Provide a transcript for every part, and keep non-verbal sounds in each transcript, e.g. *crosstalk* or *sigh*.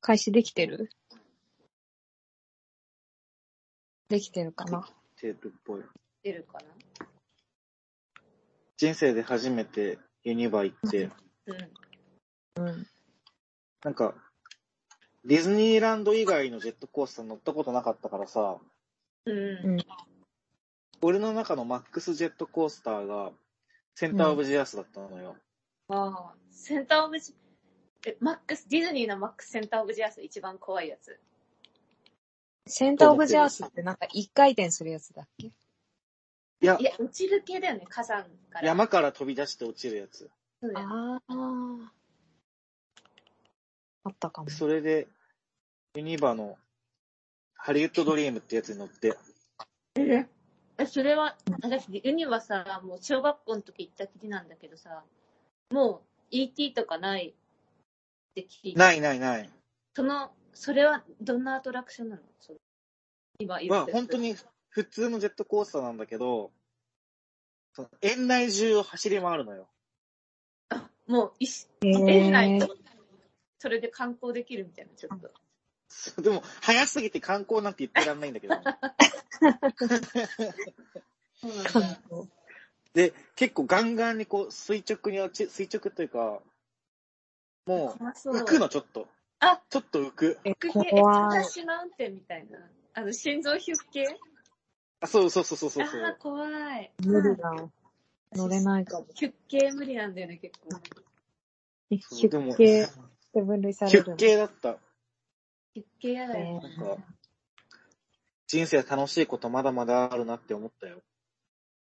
開始できてるできてるかなテープっぽい。出るかな人生で初めてユニバ行って、うん。うん。なんか、ディズニーランド以外のジェットコースター乗ったことなかったからさ、うん。俺の中のマックスジェットコースターが、センターオブジアスだったのよ。ああ、センターオブジ、え、マックス、ディズニーのマックスセンターオブジアス一番怖いやつ。センターオブジャースってなんか一回転するやつだっけいやい、や、落ちる系だよね、火山から。山から飛び出して落ちるやつ。そうだよああ。あったかも。それで、ユニバのハリウッドドリームってやつに乗って、えそれは、私、ユニはさ、もう小学校の時行ったきりなんだけどさ、もう ET とかないって聞いて、ないないない。その、それはどんなアトラクションなのその今言まっあて本当。に普通のジェットコースターなんだけど、その園内中を走り回るのよ。もう、いし、へー園内と、それで観光できるみたいな、ちょっと。そう *laughs* でも、早すぎて観光なんて言ってらんないんだけど。そうなん感だ。動で、結構ガンガンにこう垂直に落ち、垂直というか、も怖そうう。浮くのちょっと。あちょっと浮く。えク、系、エク怖いラ。シマウンテンみたいな。あの、心臓皮膚系あ、そうそうそうそうそうそああうー、。怖い。無理だ。乗れないかも。ヒュッ系無理なんだよね、結構。ヒュでもッケって分類され出るの。系だった。ヒュッ系やだよね。なんか、人生楽しいことまだまだあるなって思ったよ。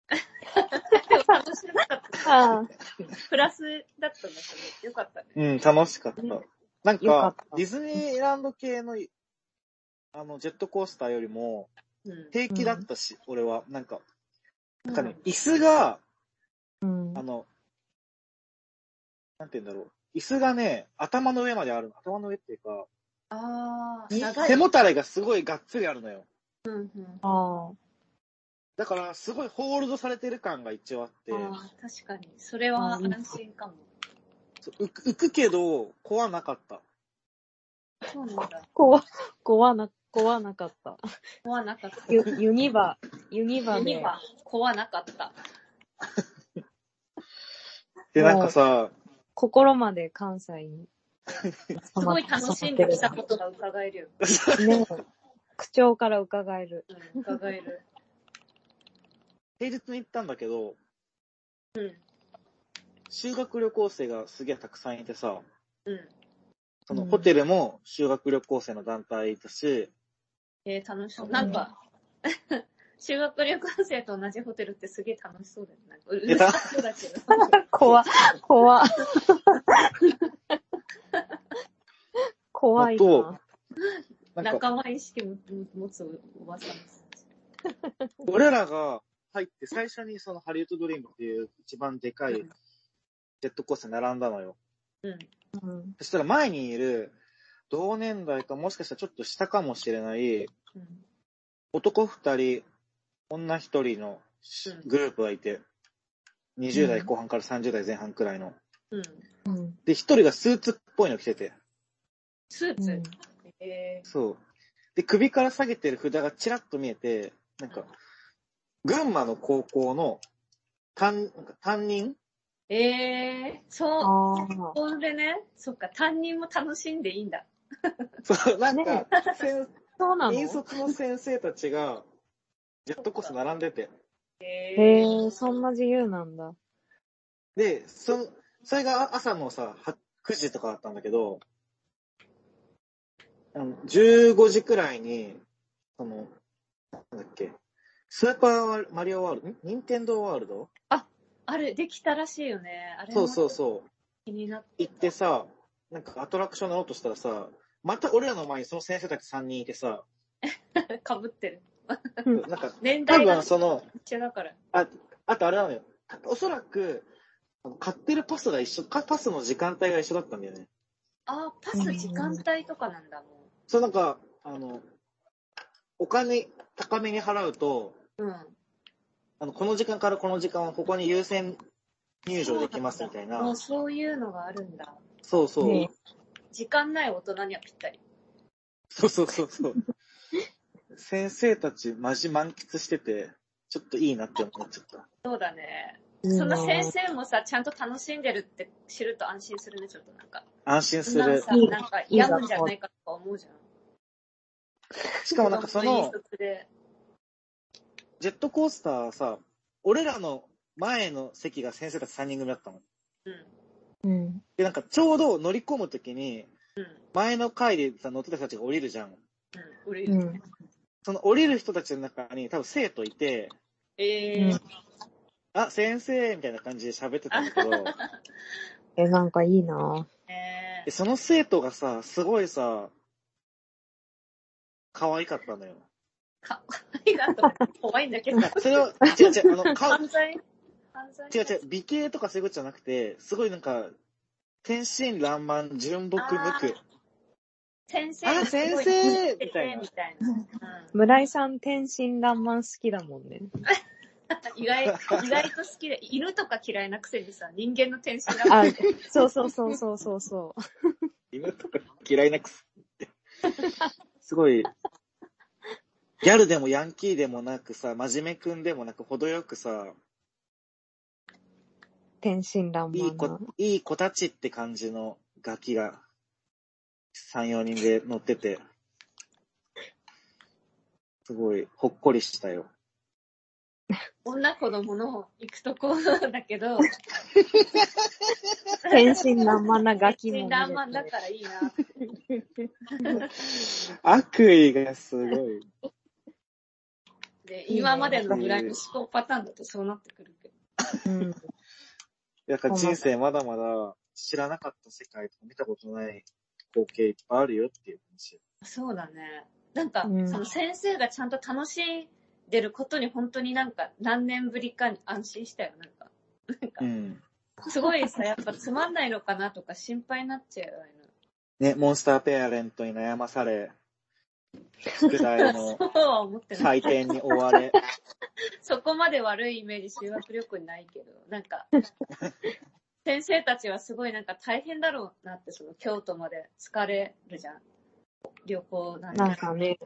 でも楽しかった。あプラスだったんだけど、よかったね。うん、楽しかった。なんよかかった、ディズニーランド系の、あの、ジェットコースターよりも、うん。平気だったし、俺は。なんか、なんかね、う椅子が、あ。うんあ。の、なんて言うんだろう。椅子がね、頭の上まである。頭の上っていうか、ああ、長い。背もたれがすごいがっつりあるのよ。うんうん。あだから、すごいホールドされてる感が一応あって、ああ、確かに。それは安心かも。そう浮く浮くけど、怖なかった。そうなんあだ。。怖、怖な、怖なかった。怖なかった。ユユニバ、ユニバユニね。バ、怖なかった。で、なんかさ、心まで関西に。すすごい楽しんできたことが伺えるよ。 *laughs* ね口調から伺える。うん、伺える。平日に行ったんだけど、うん。修学旅行生がすげえたくさんいてさ、うん。そのうんホテルも修学旅行生の団体いたし、えー、楽しそう。なんか、 *laughs* 修学旅行生と同じホテルってすげえ楽しそうだよね。なんかうるさそうだけど。 *laughs* 怖、怖。怖いあな。なんか、仲間意識も持つおばさんです。俺らが入って最初にそのハリウッドドリームっていう一番でかいジェットコースター並んだのよ。うん。うん。そしたら前にいる、同年代かもしかしたらちょっと下かもしれない、うん。男二人、女一人のしうんグループがいて、20代後半から30代前半くらいの。うん。うん。で、一人がスーツっぽいの着てて、スーうツん。えそう。で、首から下げてる札がちらっと見えて、なんか、群馬の高校の担、なんか担任 *laughs* ー、えー、そう、ああ。これね、そっか、担任も楽しんでいいんだ。そう、なんねか、先そうな引の率の先生たちが、ジェットコースター並んでて。えー、へえ、そんな自由なんだ。で、その、それが朝のさ、は9時とかだったんだけど、あの15時くらいに、その、なんだっけ、スーパーマリオワールド、んニンテンドーワールドあれ、できたらしいよね。あれそうそうう。そう。気になって行ってさ、なんかアトラクション乗ろうとしたらさ、また俺らの前にその先生たち3人いてさ、た。かぶってる。なんか、年多代が分その、一緒だから。あとあれなのよ。おそらく、あの買ってるパスが一緒、かパスの時間帯が一緒だったんだよね。あー、パス時間帯とかなんだ、もそうなんか、あの、お金高めに払うと、う。うん。あの、この時間からこの時間はここに優先入場できますみたいもなう。そういうのがあるんだ。そうそう。ね時間ない大人にはぴったり。そうそうそうそう。 *laughs* 先生たち、マジ満喫してて、ちょっといいなって思っちゃった。そうだね。いいそのね先生もさ、ちゃんと楽しんでるって知ると安心するね、ちょっとなんか。安心そんすなのる。さ、なんか病むんじゃないかとか思うじゃん。しかもなんかそいいの、人連れジェットコースターはさ、俺らの前の席が先生たち3人組だったの。うん。うん。で、なんかちょうど乗り込むときに、前の階でさ、乗ってた人たちが降りるじゃん。うん。俺、うんその降りる人たちの中に多分生徒いて、えー、あ、先生みたいな感じで喋ってたんだけど、え、なんかいいなえでその生徒がさ、すごいさ、可愛かったのよ。ー、か、いいなと思って怖いんだけど。それは、違う違う、あの、顔、違犯罪犯罪う違う、美形とかそういうことじゃなくて、すごいなんか、天真爛漫、純朴無垢。先生あ、先生みみたたいいなな。。うん村井さん天真爛漫好きだもんね。意外、意外と好きで、犬とか嫌いなくせにさ、人間の天使が。あ、そうそうそうそうそうそう。犬とか嫌いなくすって。すごい、ギャルでもヤンキーでもなくさ、真面目くんでもなく、程よくさ、 *laughs* 天真爛いい漫な子。、いい子たちって感じのガキが、3、4人で乗ってて、すごい、ほっこりしたよ。女子供の行くとこだけど、天真爛漫なガ *laughs* キも見れ *laughs* て。乱漫だからいいな。悪意がすごい。で、今までの村井の思考パターンだとそうなってくるけど。うん。だから人生まだまだ知らなかった世界とか見たことない光景いっぱいあるよっていう話。そうだね。なんか、うんその先生がちゃんと楽しんでることに本当になんか何年ぶりかに安心したよ。なん *laughs* か、うん。すごいさ、やっぱつまんないのかなとか心配になっちゃうよ *laughs* ね。ね、モンスターペアレントに悩まされ、宿題もそうは思ってない。採点に追われ、そこまで悪いイメージ修学旅行にないけど、なん *laughs* か、先生たちはすごいなんか大変だろうなって、その京都まで疲れるじゃん。旅行なんでなんかね、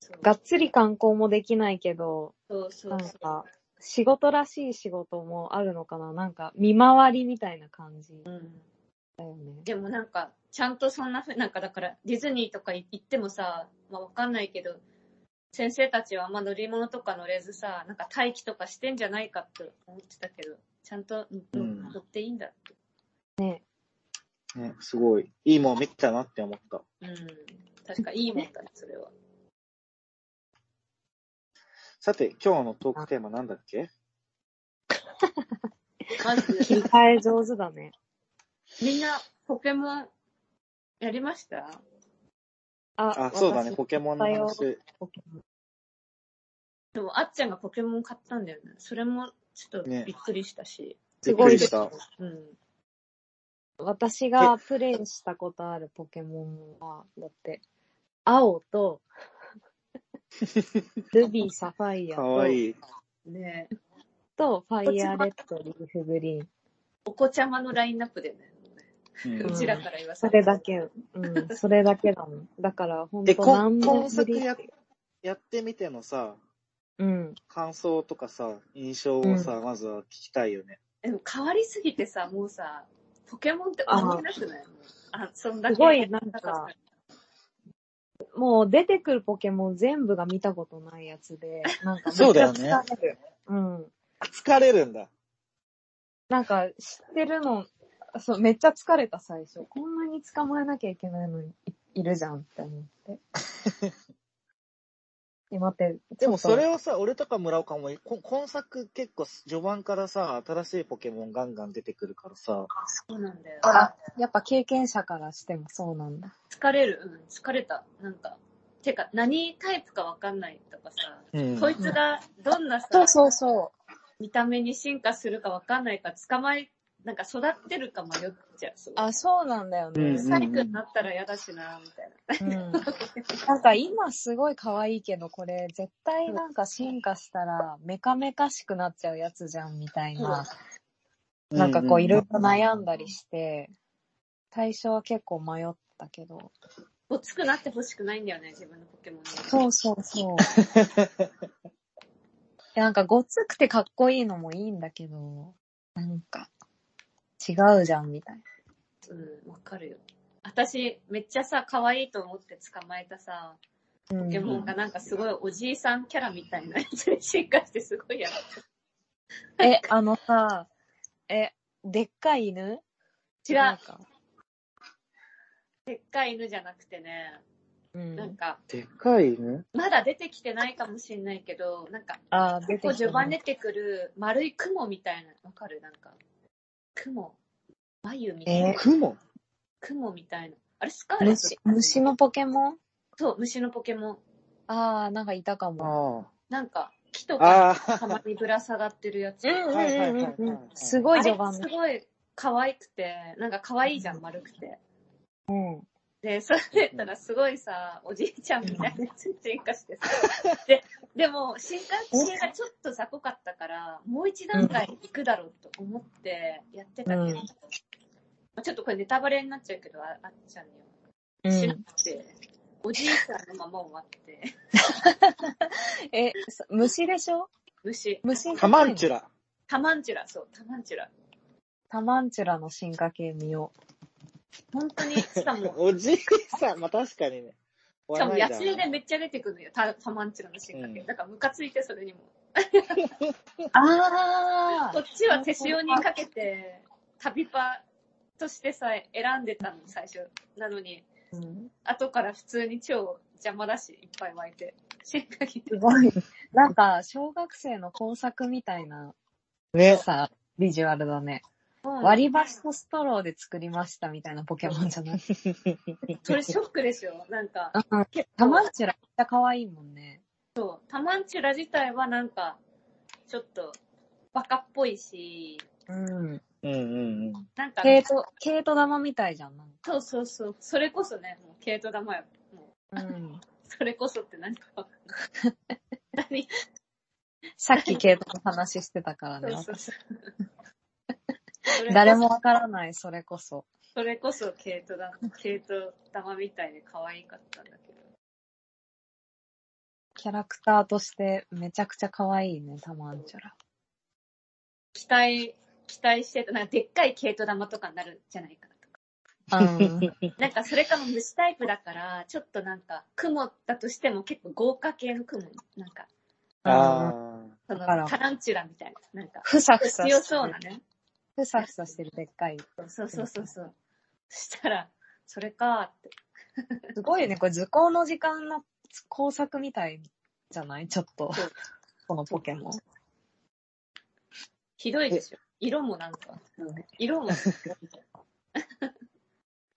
そうがっつり観光もできないけど、そうそなうんそう。か、仕事らしい仕事もあるのかななんか、見回りみたいな感じうんだよね。でもなんか、ちゃんとそんなふう、なんかだから、ディズニーとか行ってもさ、まあわかんないけど、先生たちはあんま乗り物とか乗れずさ、なんか待機とかしてんじゃないかと思ってたけど、ちゃんと乗うん乗っていいんだって。ね、すごい、いいもん見たなって思った。うん。確かいいも *laughs* んだね、それは。さて、今日のトークテーマなんだっけまず、切り替え上手だね。みんな、ポケモン、やりましたああ、そうだね、私ポケモンの話。ポケモンでも、あっちゃんがポケモン買ったんだよね。それも、ちょっとねびっくりしたし。びすっごくいりした。うん。私がプレイしたことあるポケモンは、だって、青と、 *laughs* ルビー、サファイアかわといい。ねえと、ファイアーレッド、リーフグリーン。お子ちゃまのラインナップでね。うんうちらから言わせそれだけ、うん、それだけだもん。だから、ほんえ、とこ何今年ぶ作りややってみてのさ、うん。感想とかさ、印象をさ、まずは聞きたいよね。でも変わりすぎてさ、もうさ、ポケモンって思いなくないあそんだけ。すごいなんかもう出てくるポケモン全部が見たことないやつ *laughs* で、なんかめっちゃそうだよね疲れる。うん。疲れるんだ。なんか知ってるの、そう、めっちゃ疲れた最初。こんなに捕まえなきゃいけないのにいいるじゃんって思って。 *laughs* え、待って、でちもょっそとれをさ、俺とか村岡も、こ今作結構序盤からさ、新しいポケモンガンガン出てくるからさ、そうなんだよ。あ、やっぱ経験者からしてもそうなんだ。疲れる。うん、疲れた。なんか。てか、何タイプかわかんないとかさ、うんこいつがどんなさ、そうそうそ見た目に進化するかわかんないから、捕まえ、なんか育ってるか迷っちゃう。そう。うあ、そうなんだよね。うんサイクルになったら嫌だしな、みたいな。うんなんか今すごい可愛いけど、これ絶対なんか進化したらメカメカしくなっちゃうやつじゃんみたいな。なんかこういろいろ悩んだりして、最初は結構迷ったけど、ごっつくなってほしくないんだよね、自分のポケモンに。。そううそう *laughs* そう。いやなんか、ごつくてかっこいいのもいいんだけど、なんか、違うじゃん、みたいな。うん、わかるよ。私、めっちゃさ、可愛いと思って捕まえたさ、ポポケモンがなんかすごいおじいさんキャラみたいなやつに進化してすごいやばい *laughs* え、あのさ、え、でっかい犬違なんう、かでっかい犬じゃなくてね、うん。なんか、でかい犬まだ出てきてないかもしんないけど、なんか、あー、出こてうきた序ね盤出てくる丸い雲みたいな、わかるなんか、雲。眉みたいな。え雲雲みたいな。あれ、スカーレット虫、虫のポケモンそう、虫のポケモン。ああ、なんかいたかも。あなんか、木とあ。かあたまにぶら下がってるやつ。うんうんはいはいはいうんうはんい。すあごいれ序盤すごい可愛くて、なんか可愛いじゃん、丸くて。うん。で、それだったらすごいさ、おじいちゃんみたいなやつに進化してさ。で、でも、進化系がちょっと雑魚かったから、もう一段階行くだろうと思ってやってたけど、うんまあちょっとこれネタバレになっちゃうけど、ああっちゃんにうは。知らん、なくて、おじいさんのまま終わって、え、そ虫でしょ虫、虫じゃあ。ないタマンチュラ。タマンチュラ、そう、タマンチュラ。タマンチュラの進化系見よ本当に、しかも、 *laughs* おじいさん、まあ確かにね。しかも野生でめっちゃ出てくるのよ、タタマンチュラの進化系。うんだからムカついて、それにも。う。あこっちは手塩にかけて、旅パとしてさえ選んでたの、最初。なのに、うん、後から普通に超邪魔だし、いっぱい湧いて。進化系すごい。なんか、小学生の工作みたいなね。さ、ビジュアルだね。割割り箸とストローで作りましたみたいなポケモンじゃないそれショックでしょなんか、うん結タ構マンチュラめっちゃ可愛いもんね。タマンチュラ自体はなんか、ちょっと、バカっぽいし、うん。うんうんうん。なんか、ケイト、ケイト玉みたいじゃん。なんそうそうそう、それこそね、もう、毛糸玉よ。もう、かうん。それこそって何かわかん *laughs* ない何さっきケイトの話してたからね。そうそうそう。誰もわからない、それこそ。それこそ毛糸だ、毛糸玉みたいで可愛かったんだけど。キャラクターとしてめちゃくちゃ可愛いね、タマンチュラ。 *laughs* 期待、期待してた。なんかでっかい毛糸玉とかになるんじゃないかなとか。うん。なんかそれかも虫タイプだから、ちょっとなんか雲だとしても結構豪華系の雲。なんか、あ。あそだからのタランチュラみたいな。なんか、ふさふさ強そうしてなね。ふさふさしてるでっかい。そうそうそうそう。そしたら、それかーって。すごいね、これ図工の時間の工作みたいじゃないちょっとそう。このポケモン。ひどいでしょ。色もなんか、色も。 *laughs*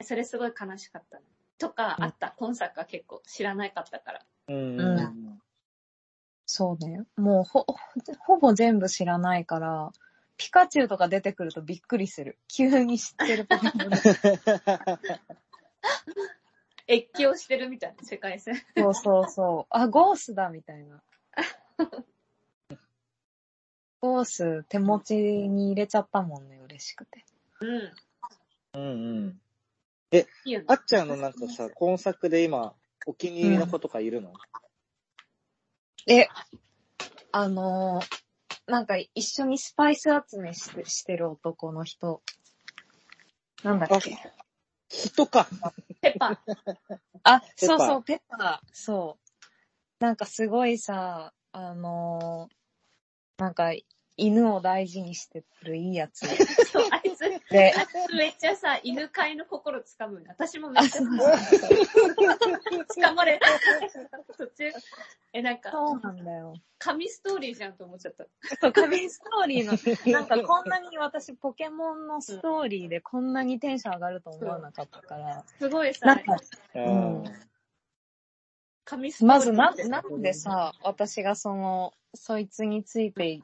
それすごい悲しかった。とか、あった。今作は結構知らなかったから。あ。うんうそうね。もうほ、ほほぼ全部知らないから、ピカチュウとか出てくるとびっくりする。急に知ってるポケモン。越境してるみたいな、世界線。 *laughs* そうそうそう。あ、ゴースだ、みたい *laughs* な。ゴース、手持ちに入れちゃったもんね、嬉しくて。うん。うんうん。いいよねあ。っちゃんのなんかさ、今作で今、お気に入りの子とかいるの、え、あのーなんか一緒にスパイス集めしてしてる男の人。なんだっけ人か。ペッパー。あ、ペそッパーうそう、ペッパー。そう。なんかすごいさ、あのーなんか、犬を大事にしてるいいやつ。そう、あいつ、で、あいつめっちゃさ、犬飼いの心掴むよね。私もめっちゃ *laughs* 掴まれた。途中、え、なんか、 *laughs* そうなんだよ。神ストーリーじゃんと思っちゃった。そう、紙ストーリ *laughs* ーの、なんかこんなに私ポケモンのストーリーでこんなにテンション上がると思わなかったから。すごいさ、なんか、うん神ストーリー。まずな、なんでさ、私がその、そいつについていっ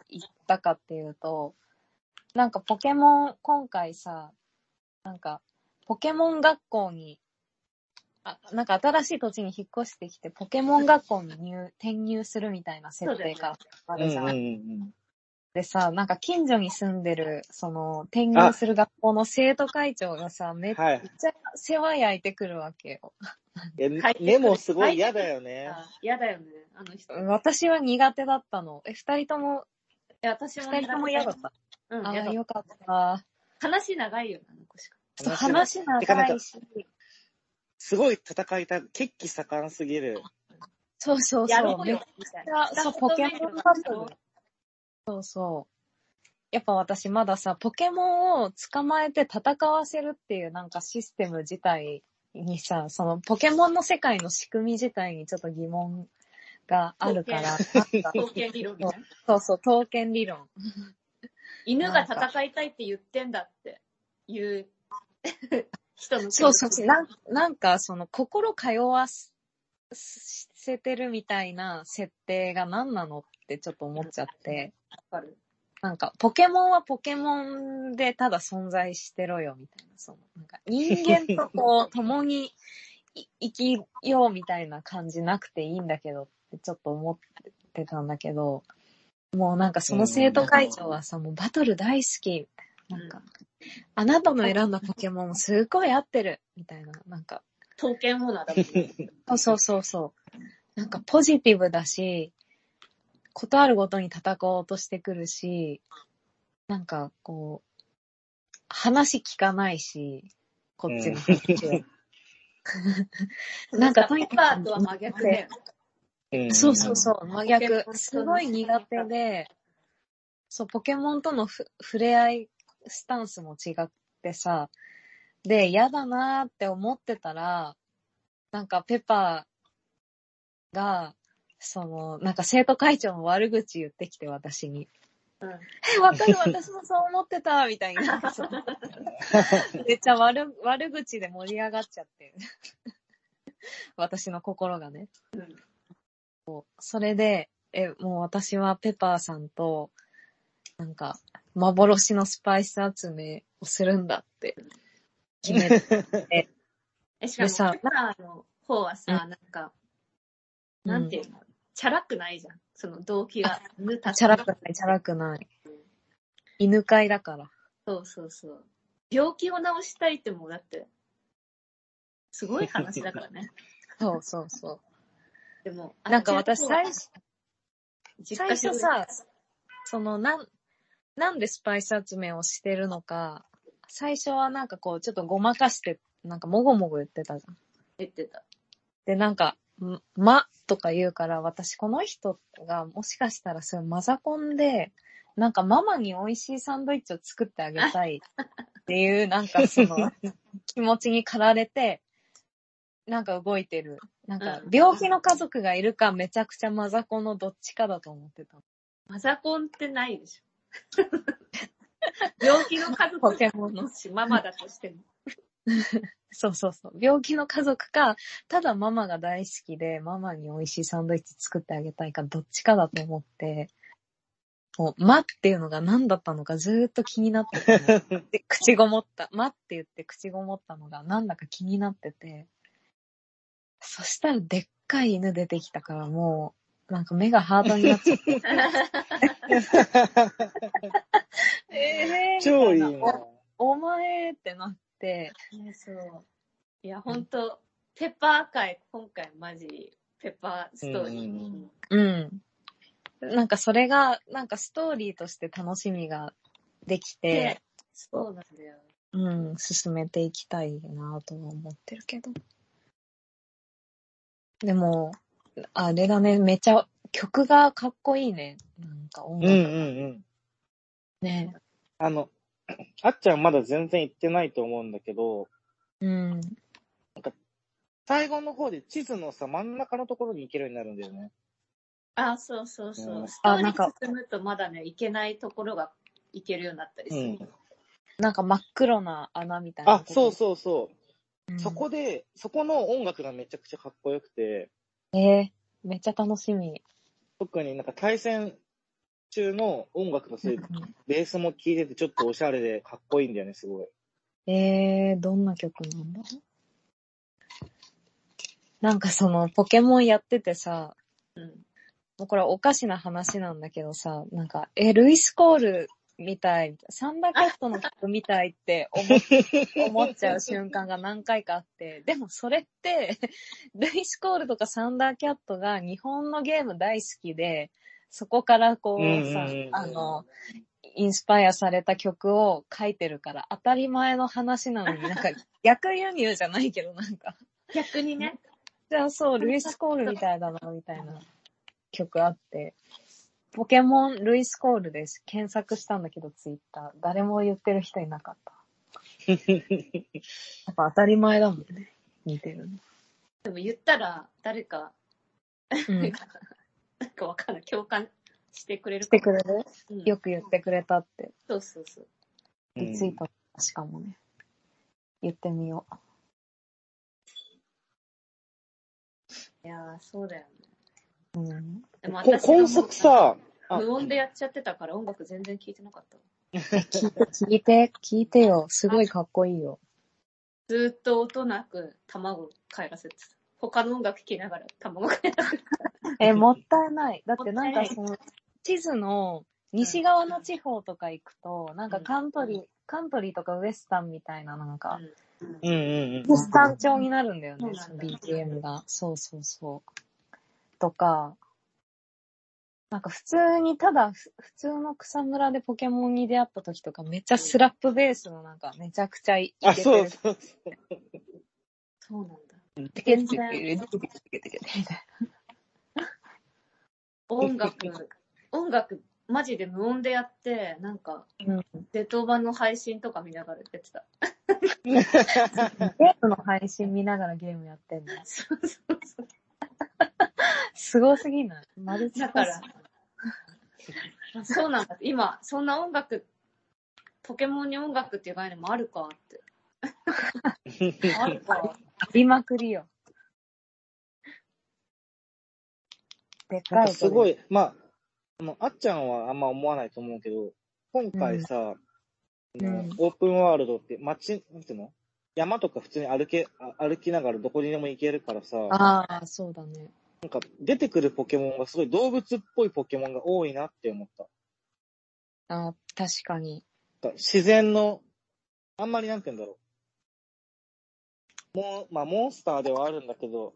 たかっていうと、なんかポケモン、今回さ、なんか、ポケモン学校に、あなんか新しい土地に引っ越してきて、ポケモン学校に入、転入するみたいな設定から始まうんるじゃん。うんうんでさ、なんか近所に住んでる、その、転入する学校の生徒会長がさ、めっはい。ちゃ世話焼いてくるわけよ。いや、はい根もすごい嫌だよね。あ嫌だよね、あの人。い私は苦手だったの。え、二人とも、や、私も二人とも嫌だった。うん、あ嫌だあ、よかった。話長いよね、あの子しか。ちょっと話が話長いし。すごい戦いた、血気盛んすぎる。そうそうやそろう。うめっよ、みたいちな。ゃ、そう、ポケモンバトル。そうそう。やっぱ私まださ、ポケモンを捕まえて戦わせるっていうなんかシステム自体にさ、そのポケモンの世界の仕組み自体にちょっと疑問があるから、なんか刀剣理論みたいな。そうそう、刀剣理論。犬が戦いたいって言ってんだって言う人のそうそうそう。なんなんか、その、心通わすせてるみたいな設定が何なのってちょっと思っちゃって、か *laughs* る。なんか、ポケモンはポケモンでただ存在してろよ、みたいな、その、なんか、人間とこう、共にい生きようみたいな感じなくていいんだけどってちょっと思ってたんだけど、もうなんかその生徒会長はさ、もうバトル大好き、なんか、あなたの選んだポケモンすっごい合ってるみたいな、なんか、刀剣オーナーだもんね。そうそうそうそう。なんかポジティブだし、ことあるごとに戦おうとしてくるし、なんかこう、話聞かないし、こっちの話を。 *laughs* *laughs* なんかとペにかくッパーとは真逆で。うんそうそうそう、真逆ポケモンと。のすごい苦手で、そう、ポケモンとのふ触れ合いスタンスも違ってさ、で、嫌だなーって思ってたら、なんかペパーが、その、なんか生徒会長の悪口言ってきて私に。うんえ、わかる、私もそう思ってた、みたいな。 *laughs* そうめっちゃ悪、悪口で盛り上がっちゃって。私の心がね。うんそれで、え、もう私はペパーさんと、なんか、幻のスパイス集めをするんだって決め *laughs* て、え、しかも、でさペッパーの方はさ、なんか、なんていうの、チャラくないじゃん。その動機が。犬たちチャラくない、チャラくない。犬飼いだから。そうそうそう。病気を治したいってもうだって、すごい話だからね。そうそうそでも、う。なんか私最初、実最家初さ、そのなん、なんでスパイス集めをしてるのか、最初はなんかこう、ちょっとごまかして、なんかもごもご言ってたじゃん。言ってた。で、なんか、んまとか言うから、私この人がもしかしたらそれマザコンで、なんかママに美味しいサンドイッチを作ってあげたいっていう、なんかその気持ちに駆られて、なんか動いてる。なんかうん病気の家族がいるかめちゃくちゃマザコンのどっちかだと思ってた。マザコンってないでしょ。 *laughs* 病気の家ポ族ケモンのも。し、ママだとしても。そうそうそう。病気の家族か、ただママが大好きで、ママに美味しいサンドイッチ作ってあげたいか、どっちかだと思って、もう、まっていうのが何だったのかずーっと気になって *laughs* て、で口ごもった、まって言って口ごもったのがなんだか気になってて、そしたらでっかい犬出てきたからもう、なんか目がハートになっちゃって、えー超みいいたなな。おお前ってなって、ね、そう。いや、ほんと、ペッパー界、今回マジ、ペッパーストーリうんうんうー。うん。なんかそれが、なんかストーリーとして楽しみができてで、、そうなんだよ。うん、進めていきたいなとは思ってるけど。でも、あれだね、めちゃ、曲がかっこいいね。なんか音うんうん楽うん。ね。あの、 *clears throat* あっちゃんまだ全然行ってないと思うんだけど、うん。最後の方で地図のさ、真ん中のところに行けるようになるんだよね。あ、そうそうそうう。んストーあリなんかー進むとまだね、いけないところがいけるようになったりすうる。ん。なんか真っ黒な穴みたいなあと、ころ。そうそうそう。うんそこで、そこの音楽がめちゃくちゃかっこよくて、えーめっちゃ楽しみ。特になんか対戦中の音楽のそういううんベースも聴いててちょっとおしゃれでかっこいいんだよね、すごい。えー、どんな曲なんだろうなんかその、ポケモンやっててさ、うん。もうこれおかしな話なんだけどさ、なんか、え、ルイス・コールみたい、サンダーキャットの曲みたいって *laughs* 思っ思っちゃう瞬間が何回かあって、でもそれって、ルイス・コールとかサンダーキャットが日本のゲーム大好きで、そこからこううんうんうんさうん、あの、インスパイアされた曲を書いてるから当たり前の話なのになんか逆輸入じゃないけどなんか。逆にね。じゃあそう、ルイス・コールみたいだな、みたいな曲あって、ポケモンルイス・コールです。検索したんだけど、ツイッター。誰も言ってる人いなかった。やっぱ当たり前だもんね。似てるね。でも言ったら、誰か、うん。なんかわかんない。共感してくれるしてかくもれるうんよく言ってくれたって。そうそうそう。リツイートしかもね。言ってみよう。いやー、そうだよね。うん。でもこがもう高速さ、あ無音でやっちゃってたから音楽全然聴いてなかった。聞いて、聞いてよ。すごいかっこいいよ。ずーっと音なく卵帰らせてた。他の音楽聴きながら卵帰らせてた。え、もったいない。だってなんもっかたいその、地図の西側の地方とか行くと、なんかカントリー、カントリーとかウエスタンみたいななんか、うんうんうんうん。ウエスタン調になるんだよね、そうなんだ BGM が。そうそうそう。とか、なんか普通に、ただ、ふ普通の草むらでポケモンに出会った時とか、めっちゃスラップベースのなんか、めちゃくちゃいあ、けそてうる。そうそう。そうなんだ。テケテケテケテケテケテケみたいな音楽、 *laughs* 音楽、マジで無音でやって、なんか、うんデト版の配信とか見ながら *laughs* やってた。ゲームの配信見ながらゲームやってんの。そうそうそう。すごすぎないマルチだから、そうなんだ。今、そんな音楽、ポケモンに音楽っていう概念もある *laughs* かって。あるか。言いまくりよ。でっかなんいか音すごい。い、まあ、あのあっちゃんはあんま思わないと思うけど、今回さ、あのうんオープンワールドって街、なんていうの山とか普通に歩け、あ歩きながらどこにでも行けるからさ、ああ、そうだね。なんか出てくるポケモンがすごい動物っぽいポケモンが多いなって思った。ああ、確かに。なんか自然の、あんまりなんて言うんだろう。もう、まあモンスターではあるんだけど、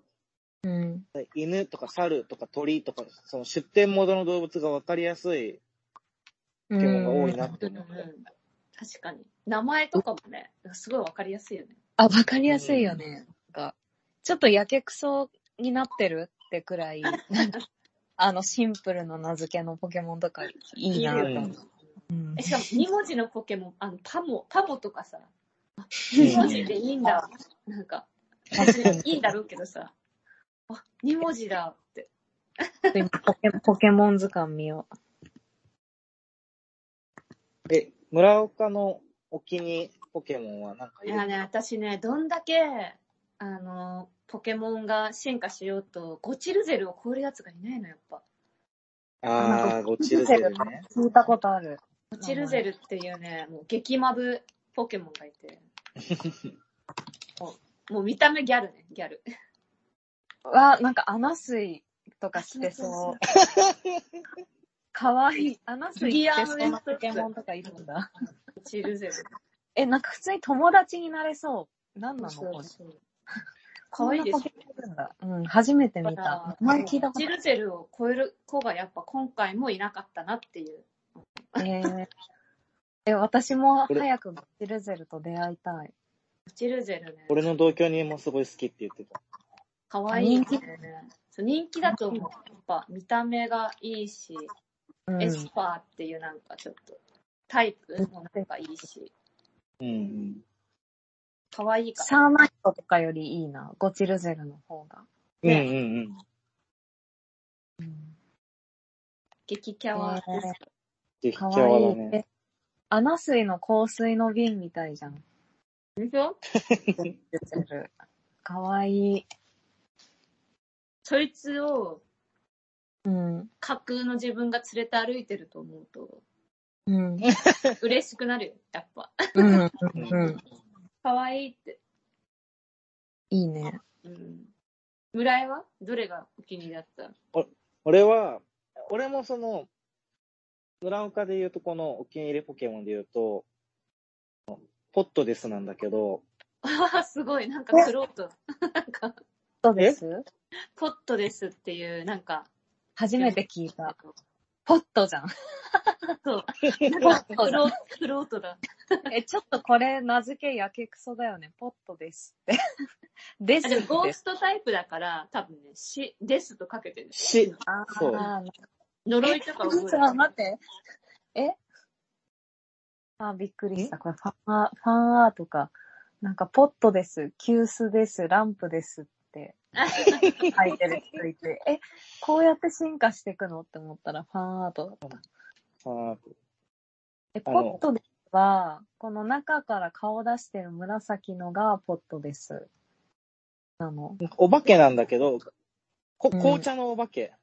うん。犬とか猿とか鳥とか、その出店元の動物がわかりやすいポポケモンが多いなうんっうてんう思んった。確かに。名前とかもね、すごいわかりやすいよ *laughs* ね。あ、わかりやすいよね。なんか、ちょっとやけくそになってるってくらい、なんか *laughs* あの、シンプルな名付けのポケモンとかいいなといいよ思ねう。うんえ、しかも2文字のポケモン、あの、パモ、パモとかさ、うん2文字でいいんだ。なんか、別にいいんだろうけどさ、あ、2文字だって。ポケポケモン図鑑見よえ、村岡のお気に入りポケモンはなんかいいやるね、私ね、どんだけ、あの、ポケモンが進化しようと、ゴチルゼルを超えるやつがいないの、やっぱ。あー、ゴチルゼルね。う。聞いたことある。ゴチルゼルっていうね、もう激マブポケモンがい *laughs* て。もうもう見た目ギャルね、ギャル。わ、なんか、アナスイとか着てそう。 *laughs* かわいい。アナスイ着てそうなポケモンとかいるんだ。ゴチルゼル。え、なんか普通に友達になれそう。なんなのそうこれ。 *laughs* そう。可愛いでしょそんなポケモンいるんだうん、初めてだ見かたら。、前聞いたこジルゼルを超える子がやっぱ今回もいなかったなっていう。と。えーえ、私も早くゴチルゼルと出会いたい。ジルゼルね、俺の同居人もすごい好きって言ってた。可愛いい、ね。人人気人気だと思う。やっぱ見た目がいいし、うんエスパーっていうなんかちょっとタイプもなんかいいし、うん。可愛いから。サーナイトとかよりいいな。ゴチルゼルの方が。うんうんねうん。激キャワです。激か強わだいい。えね。アナスイの香水の瓶みたいじゃん。で *laughs* しょゴチルゼルかわいい。そいつをうん。架空の自分が連れて歩いてると思うと、うん。嬉しくなるよ、やっぱ。 *laughs* うん。ううんん。可愛いって。いいね。うん。村井はどれがお気に入りだった俺は、俺もその、村岡で言うと、このお気に入りポケモンで言うと、ポットですなんだけど、あ *laughs* すごい、なんかクロート。 *laughs* なんか、どうですポットですっていう、なんか、初めて聞いた。ポットじゃん。 *laughs* そポう、なんかットクだロクロートだ。え、ちょっとこれ、名付けやけくそだよね。ポットですって。 *laughs* であすでっもゴーて。ストタイプだから、多分ね、し、ですとかけてる。し、あそうあ、呪いとか覚えちてょっと待って。えあ、びっくりした。これファンア、ファンアートか。なんか、ポットです、急須です、ランプですって書いてる人いて、え、こうやって進化していくのって思ったらファンアートだった。あえ、あポのットですは、この中から顔出してる紫のがポットです。なの。お化けなんだけど、こうん紅茶のお化け。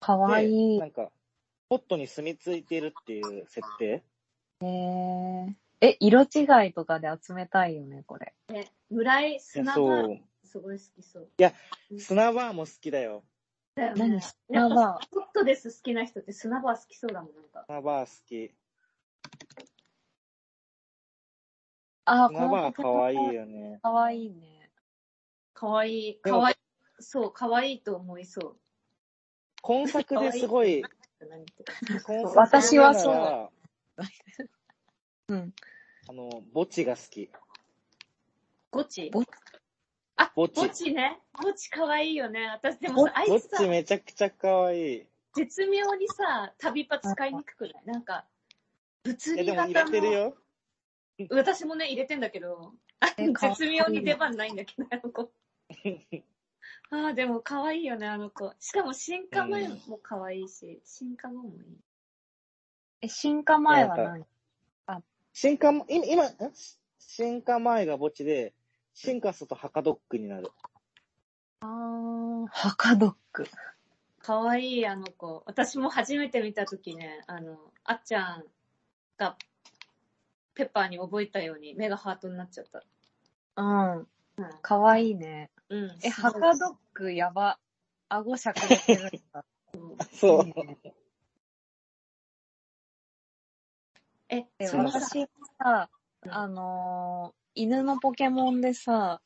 かわいいで。なんか、ポットに住み着いてるっていう設定え、色違いとかで集めたいよね、これ。村井いや砂そ場、う。すごい好きそう。砂場も好きだよ。だよね何。砂やっぱ場。ポットです好きな人って砂場好きそうだもん、なんか。砂場好き。あ、砂場こかのわいいよね。かわいいね。かわいい、でかもわいい、そう、かわいいと思いそう。今作ですごい、何とか今作私はそうながらうん。あの、墓地が好き。ゴチぼあ、ぼゴっちチね。ゴチかわいいよね。私でぼもっさ、あいつちさ、めちゃくちゃかわいい。絶妙にさ、旅パ使いにくくないなんか、物いや、理でも入型れてるの、よ。私もね、入れてんだけど、えかわいい *laughs* 絶妙に出番ないんだけど、あ *laughs* の子。ああ、でも可愛いよね、あの子。しかも進化前も可愛いし、進化後もいい。え、進化前は何進化も、今、今、ん進化前が墓地で、進化するとハカドッグになる。 *laughs* あー、ハカドッグ。可愛いあの子。私も初めて見たときね、あの、あっちゃんが、ペッパーに覚えたように、目がハートになっちゃった。うん。うんかわいいね。うん。え、すハごいカドッグやば。顎しゃくれてるんだ。そう。いいねえ、え、そのさ、私さ、あのー犬のポケモンでさ、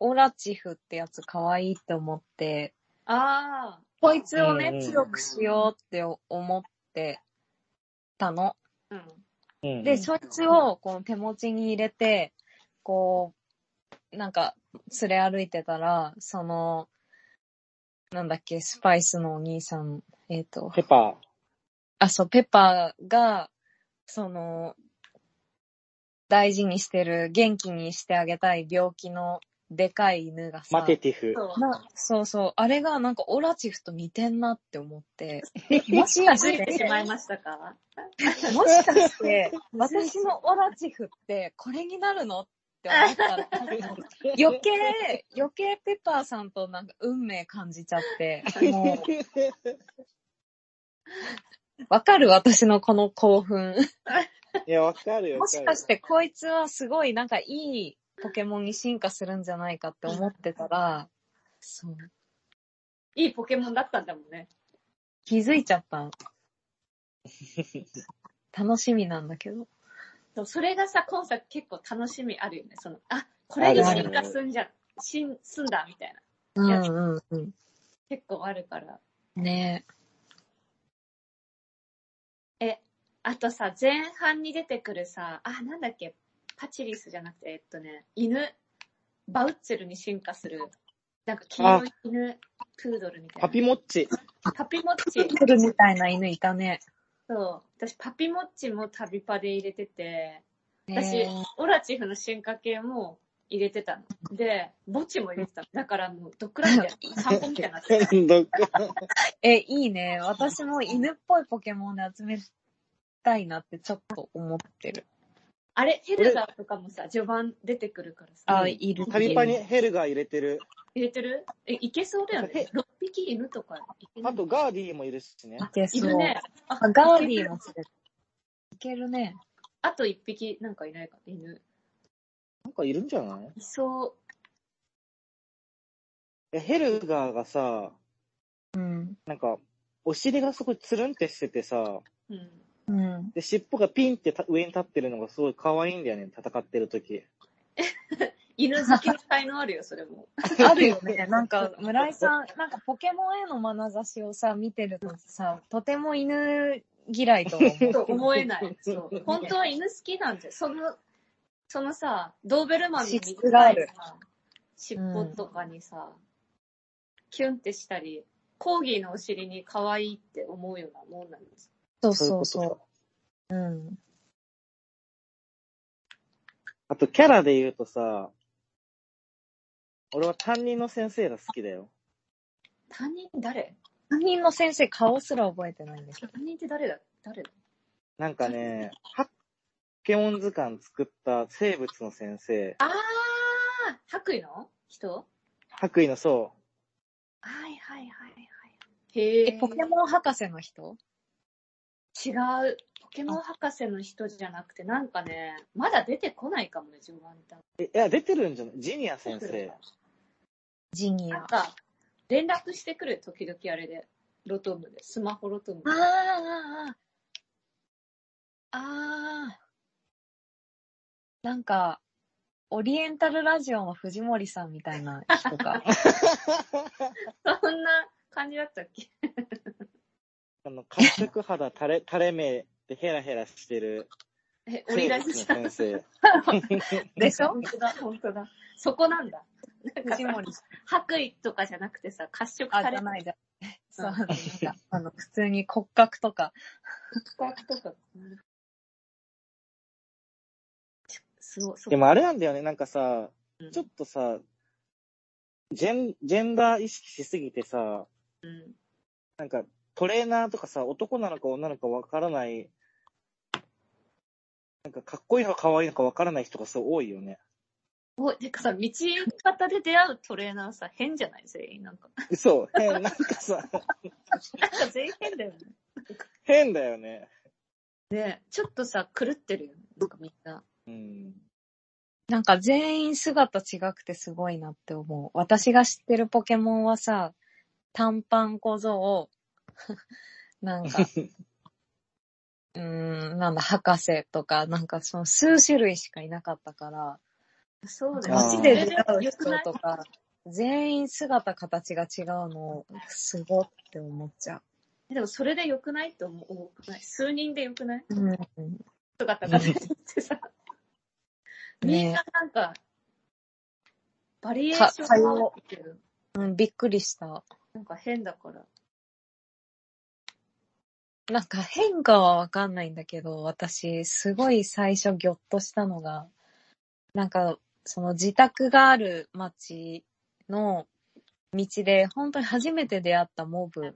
オラチフってやつ可愛いって思って、あこいつをうんうね、ん強くしようって思ってたの。あ、うん。うんで、そいつをこの手持ちに入れて、こう、なんか、連れ歩いてたら、その、なんだっけ、スパイスのお兄さん、えっ、と、ペパあ、そう、ペッパーが、その、大事にしてる、元気にしてあげたい病気のでかい犬がー、さ、マテティフ。そう。なそうそう、あれがなんかオラチフと似てんなって思って、もしかつし、いてしてまいましたかもしかして、私のオラチフってこれになるのって思ったら、余計、余計ペッパーさんとなんか運命感じちゃって、もう、わかる私のこの興奮。 *laughs* いや、わかるよ。。もしかしててこいつはすごいなんかいいポケモンに進化するんじゃないかって思ってたら、そう。いいポケモンだったんだもんね。気づいちゃった。楽しみなんだけど。そうそれがさ、今作結構楽しみあるよね。その、あ、これに進化すんじゃ、しん、すんだ、みたいな。うんんうんう結構あるから。ん。ねえ、あとさ、前半に出てくるさ、あ、なんだっけ、パチリスじゃなくて、えっとね、犬、バウッツェルに進化する、なんか黄色い犬、プードルみたいな。パピモッチ。 *laughs* パピモッえ。チ。プルみたいな犬いたね。そう。私、パピモッチも旅パで入れてて、私えー、オラチフの進化系も入れてたの。で、墓地も入れてたの。だからもう、ドッグランみたい *laughs* な、散歩みたいになってた。どっかえ、いいね。私も犬っぽいポケモンで集めたいなってちょっと思ってる。あれ、ヘルガーとかもさ、序盤出てくるからさ、あ、うんいる。旅パにヘルガー入れてる。入れてるえ、いけそうだよえね。6匹犬とかいけないあと、ガーディーもいるしね。いけいそう。るね。あガーディーもする。いけるね。あと一匹なんかいないか、犬。なんかいるんじゃないいそえ、ヘルガーがさ、うん。なんか、お尻がすごいつるんってしててさ、うん。うん。で、尻尾がピンってた上に立ってるのがすごい可愛いんだよね、戦ってる時。犬好きの才能あるよ、それも。 *laughs* あるよ *laughs* ね。なんか、村井さん、なんかポケモンへの眼差しをさ、見てるとさ、とても犬嫌いとは思う。そう思え *laughs* ない。そう。本当は犬好きなんじゃ、その、そのさ、ドーベルマンの資質があるさ、尻尾とかにさ、キュンってしたり、コーギーのお尻に可愛いって思うようなもんなんです。そうそういことそかう。うん。あと、キャラで言うとさ、俺は担任の先生が好きだよ。他人誰担任の先生顔すら覚えてないんだけど。他人って誰だ誰だなんかね、ハッケモン図鑑作った生物の先生、あー白衣の人白衣のそう、はいはいはいはい。へえ、え。ポケモン博士の人違う。ポケモン博士の人じゃなくて、なんかね、まだ出てこないかもね、ジョガンタン。え、いや、出てるんじゃないジニア先生。ジニなんア。か、連絡してくる、時々あれで。ロトムで、スマホロトムあー。あー、あーあー。なんか、オリエンタルラジオの藤森さんみたいな人か。そんな感じだったっ *laughs* けあの、褐色肌垂れ、垂れ目でヘラヘラしてるえ、折り生出物のしした。先生。でしょ本当だ、本当だ。そこなんだ。なんか藤さ森さん。白衣とかじゃなくてさ、褐色あ、さじれゃたないじゃん。そう、なんか、あの、普通に骨格とか。 *laughs* 格とか。すごい、*laughs* そでもあれなんだよね、なんかさ、うんちょっとさ、ジェン、ジェンダー意識しすぎてさ、うんなんか、トレーナーとかさ、男なのか女なのかわからない、なんか、かっこいいのか可愛いのかわからない人がすごい多いよね。 *laughs* おい、てかさ、道端で出会うトレーナーさ、変じゃない全員。なんか、嘘変、なんかさ、なんか全員変だよね。変だよね。ねちょっとさ、狂ってるよね。なんかみんな。うん。なんか全員姿違くてすごいなって思う。私が知ってるポケモンはさ、短パン小僧、 *laughs* なん *laughs* か、うーん、なんだ、博士とか、なんかその数種類しかいなかったから、そうだよね。あー街で出会う人とか、全員姿形が違うの、すごって思っちゃ。でもそれで良くないって思う。多くない数人で良くないううん。姿が出てさ。みんななんか、バリエーションが多くて、うん、びっくりした。なんか変だから。なんか変化はわかんないんだけど、私、すごい最初ぎょっとしたのが、なんか、その自宅がある街の道で、本当に初めて出会ったモブ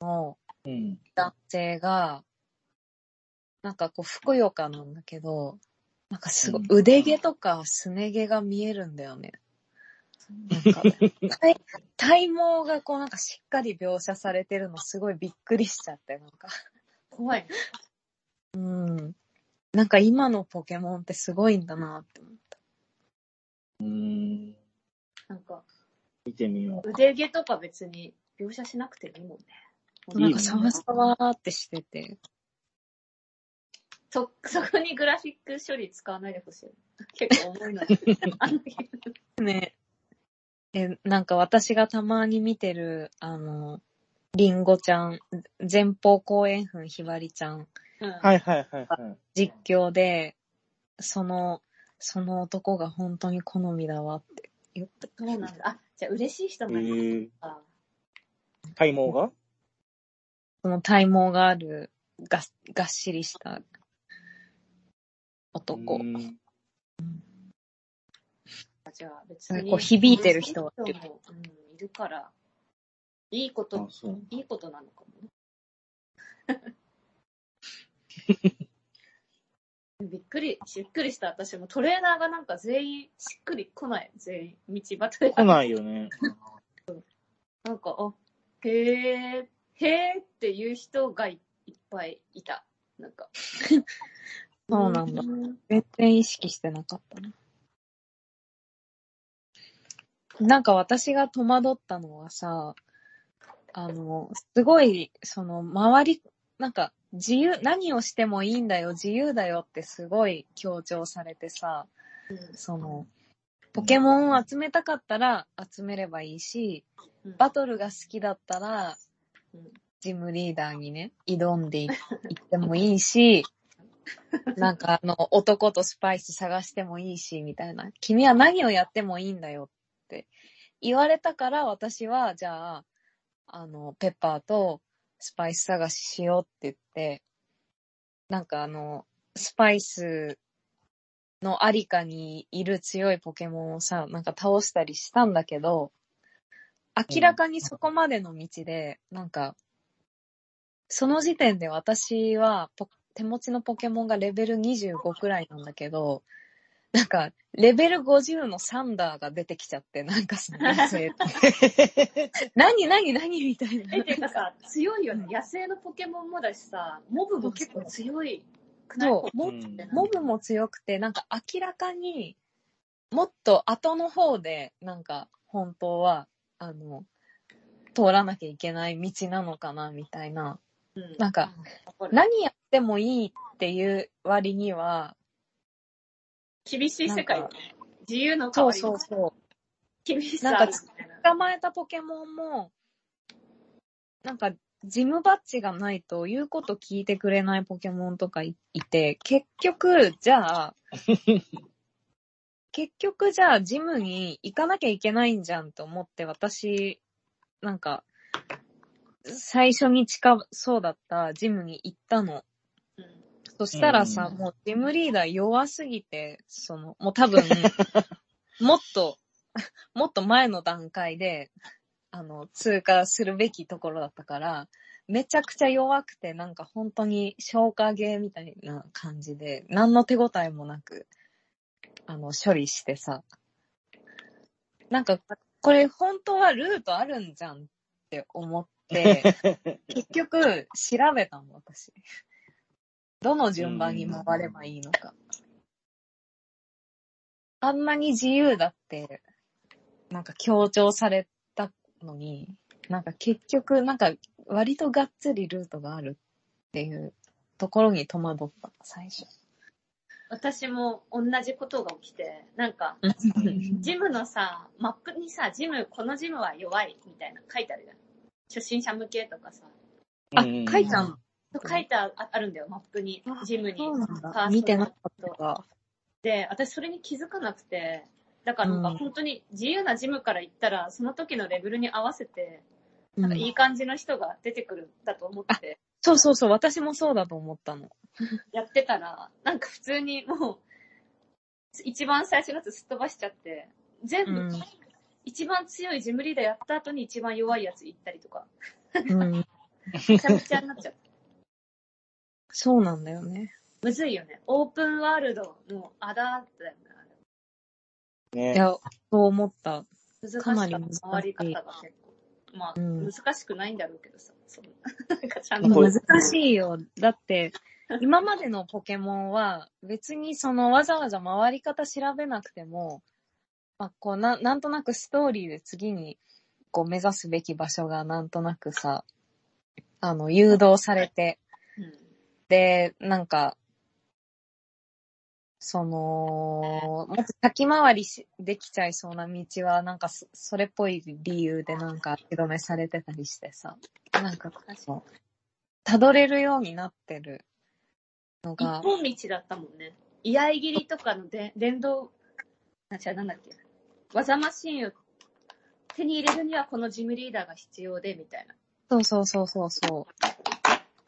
のうん。男性が、なんかこう、ふくよかなんだけど、なんかすごい、うん腕毛とかすね毛が見えるんだよね。なん *laughs* か、体体毛がこうなんかしっかり描写されてるのすごいびっくりしちゃって、なんか。怖いね。うん。なんか今のポケモンってすごいんだなって思った。うん。なんか、見てみよう。腕毛とか別に描写しなくてもいいもんね。いいなねんかサワサワーってしてて。そ、そこにグラフィック処理使わないでほしい。結構重いのに。あのね。え、なんか私がたまに見てる、あの、リンゴちゃん、前方後円墳ひばりちゃん、うんはいはいはいはい。実況で、その、その男が本当に好みだわって言ってそうなんだ。あ、じゃあ嬉しい人えもいるー、か。体毛がその体毛がある、が、がっしりした男。うんじゃあ別なんかに。こう響いてる人は嬉しい人も、うん、いるから、いいことあ、、そう。いいことなのかも *laughs* ね。びっくり、びっくりした私もトレーナーがなんか全員しっくり来ない。全員、道端で。来ないよね。なんか、あ、へー、へーっていう人がいいっぱいいた。なんか。そうなんだうん全然意識してなかったな。なんか私が戸惑ったのはさ、あの、すごい、その、周り、なんか、自由、何をしてもいいんだよ、自由だよってすごい強調されてさ、その、ポケモンを集めたかったら集めればいいし、うんバトルが好きだったらうん、ジムリーダーにね、挑んでいいってもいい *laughs* し、なんかあの、男とスパイス探してもいいし、みたいな。君は何をやってもいいんだよって言われたから、私は、じゃあ、あの、ペッパーとスパイス探ししようって言って、なんかあの、スパイスのありかにいる強いポケモンをさ、なんか倒したりしたんだけど、明らかにそこまでの道で、なんか、その時点で私はポ手持ちのポケモンがレベル25くらいなんだけど、なんか、レベル50のサンダーが出てきちゃって、なんかその女性と何何何みたいな。え、ていうかさ、強いよね。野生のポケモンもだしさ、モブも結構強いくないそう、モモブも強くて、なんか明らかにもっと後の方で、なんか本当は、あの、通らなきゃいけない道なのかな、みたいな。うんなんか、わかる何やってもいいっていう割には、厳しい世界なん。自由の代そわうりそうにそう。厳しさあるみたいな。捕まえたポケモンも、なんか、ジムバッジがないと言うこと聞いてくれないポケモンとかいいて、結局、じゃあ、結局じゃあジムに行かなきゃいけないんじゃんと思って、私、なんか、最初に近そうだったジムに行ったの。うんそしたらさ、うんもうジムリーダー弱すぎて、その、もう *laughs* 多分、もっと、 *laughs* もっと前の段階で、あの、通過するべきところだったから、めちゃくちゃ弱くて、なんか本当に消化ゲーみたいな感じで、何の手応えもなく、あの、処理してさ。なんか、これ本当はルートあるんじゃんって思って、結局、調べたの、私。どの順番に回ればいいのか。あんなに自由だって、なんか強調されたのに、なんか結局、なんか割とがっつりルートがあるっていうところに戸惑った、最初。私も同じことが起きて、なんか、ジムのさ、マップにさ、ジム、このジムは弱いみたいな書いてあるじゃん。初心者向けとかさ。 *laughs* あ、書いたの。書いてああるんだよ、マップにあ。ジムに。そうなんパーソナだ。ル見てなかったか。で、私それに気づかなくて、だからなんかうん本当に自由なジムから行ったら、その時のレベルに合わせて、うなんかんいい感じの人が出てくるんだと思って、そうそうそう、私もそうだと思ったの。やってたら、なんか普通にもう、一番最初のやつすっ飛ばしちゃって、全部、うん一番強いジムリーダーやった後に一番弱いやつ行ったりとか、うん。めちゃめちゃにな *laughs* っちゃって。そうなんだよね。むずいよね。オープンワールドのあだだよね。あれいねや、そう思った。難しかかっなりた難しい回り方が結構。まあ、うん難しくないんだろうけどさ、そんな。 *laughs* なんかちゃんと。これ難しいよ。だって、今までのポケモンは、別にそのわざわざ回り方調べなくても、まあ、こうな、なんとなくストーリーで次に、こう目指すべき場所がなんとなくさ、あの、誘導されて、うんで、なんか、その、もっと先回りしできちゃいそうな道は、なんかそ、それっぽい理由でなんか足止めされてたりしてさ、なんか、確かにこうたどれるようになってるの一が、本道だったもんね。居合切りとかので電動、あ、違う、なんだっけ。技マシンを手に入れるにはこのジムリーダーが必要で、みたいな。そうそうそうそうそう。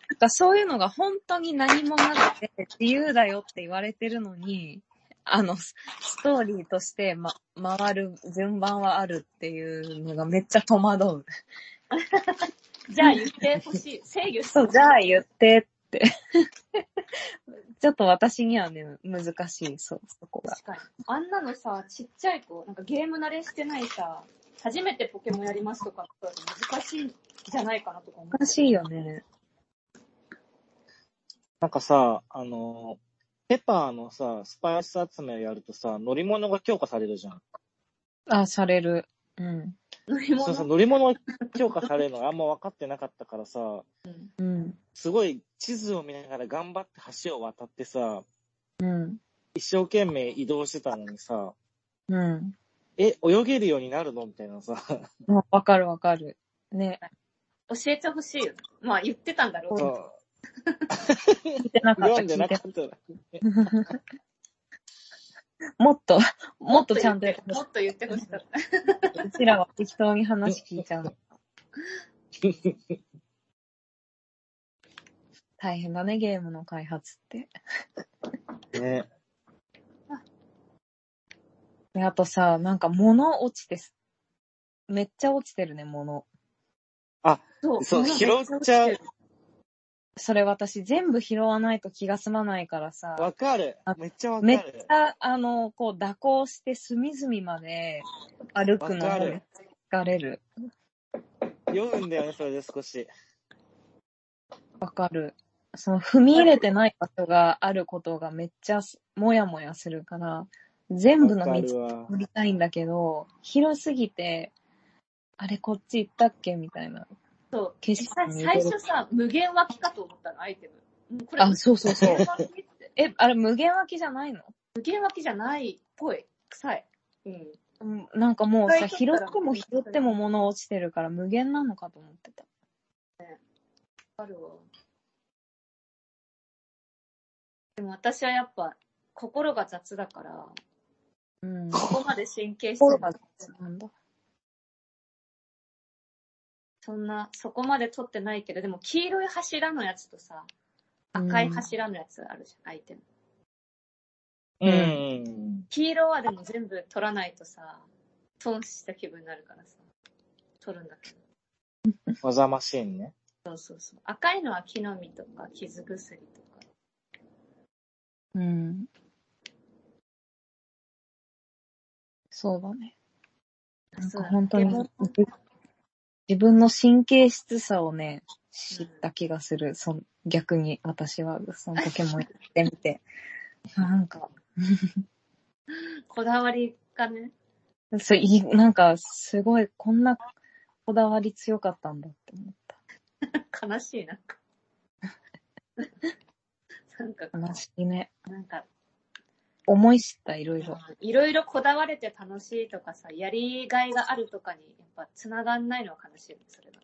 なんかそういうのが本当に何もなくて、自由だよって言われてるのに、あの、スストーリーとして、ま、回る順番はあるっていうのがめっちゃ戸惑う。じゃあ言ってほ *laughs* しい。制御してそう、ほしじい。ゃあ言ってって。 *laughs* ちょっと私にはね、難しい、そう、そこが。確かに。あんなのさ、ちっちゃい子、なんかゲーム慣れしてないさ、初めてポケモンやりますとかの子だと難しいんじゃないかなとか思う。難しいよね。なんかさ、あの、ペッパーのさ、スパイス集めをやるとさ、乗り物が強化されるじゃん。あ、される。うん。乗りそうそう、物。乗り物強化されるのがあ *laughs* んま分かってなかったからさ、うん。すごい地図を見ながら頑張って橋を渡ってさ、うん。一生懸命移動してたのにさ、うん。え、泳げるようになるのみたいなさ、まあわかるわかる。ね。教えてほしいよ。まあ言ってたんだろうけど。そ聞いてなうかった。読んで聞ないかてったら。もっと、もっとちゃんともやっってと言ってもっと言ってほしかった。うちらは適当に話聞いちゃう *laughs* の。大変だね、ゲームの開発って。ね。であとさ、なんか物落ちてす、めっちゃ落ちてるね、物。そそう物拾っちゃう。それ私全部拾わないと気が済まないからさ、わかる。めっちゃわかめっちる。ゃ、あの、こう、蛇行して隅々まで歩くのわかがる疲れる。読むんだよね、それで少し。わかる。その踏み入れてない場所があることがめっちゃすもやもやするから、全部わの道かるわ。乗りたいんだけど、広すぎて、あれこっち行ったっけみたいな。そう。景実色際に最初さ、無限脇かと思ったの、アイテム。もうこれ、あ、そうそうそう無。限脇って *laughs* え、あれ無限脇じゃないの無限脇じゃないっぽい。臭い。うん。うんなんかもうさ、一回拾取ったらっても拾っても物落ちてるから無限なのかと思ってた。あるわ。でも私はやっぱ、心が雑だから、うん。ここまで神経質心にがなんだ。そんな、そこまで取ってないけど、でも黄色い柱のやつとさ、赤い柱のやつあるじゃん、アイテム。うんうん。黄色はでも全部取らないとさ、損した気分になるからさ、取るんだけど。わざましいね。そうそうそう。赤いのは木の実とか、傷薬とか。うん。そうだね。なんそうかだ本当にでも、自分の神経質さをね、知った気がする。そん逆に私は、そのポケモンやってみ *laughs* て。なんか、こだわりがね、 *laughs* そういい、なんか、すごい、こんなこだわり強かったんだって思った。悲しい、なんか。 *laughs* なんか、悲しいね。なんか、思い知った、いろいろ。いろいろこだわれて楽しいとかさ、やりがいがあるとかに、やっぱ繋がんないのは悲しいよね、それが。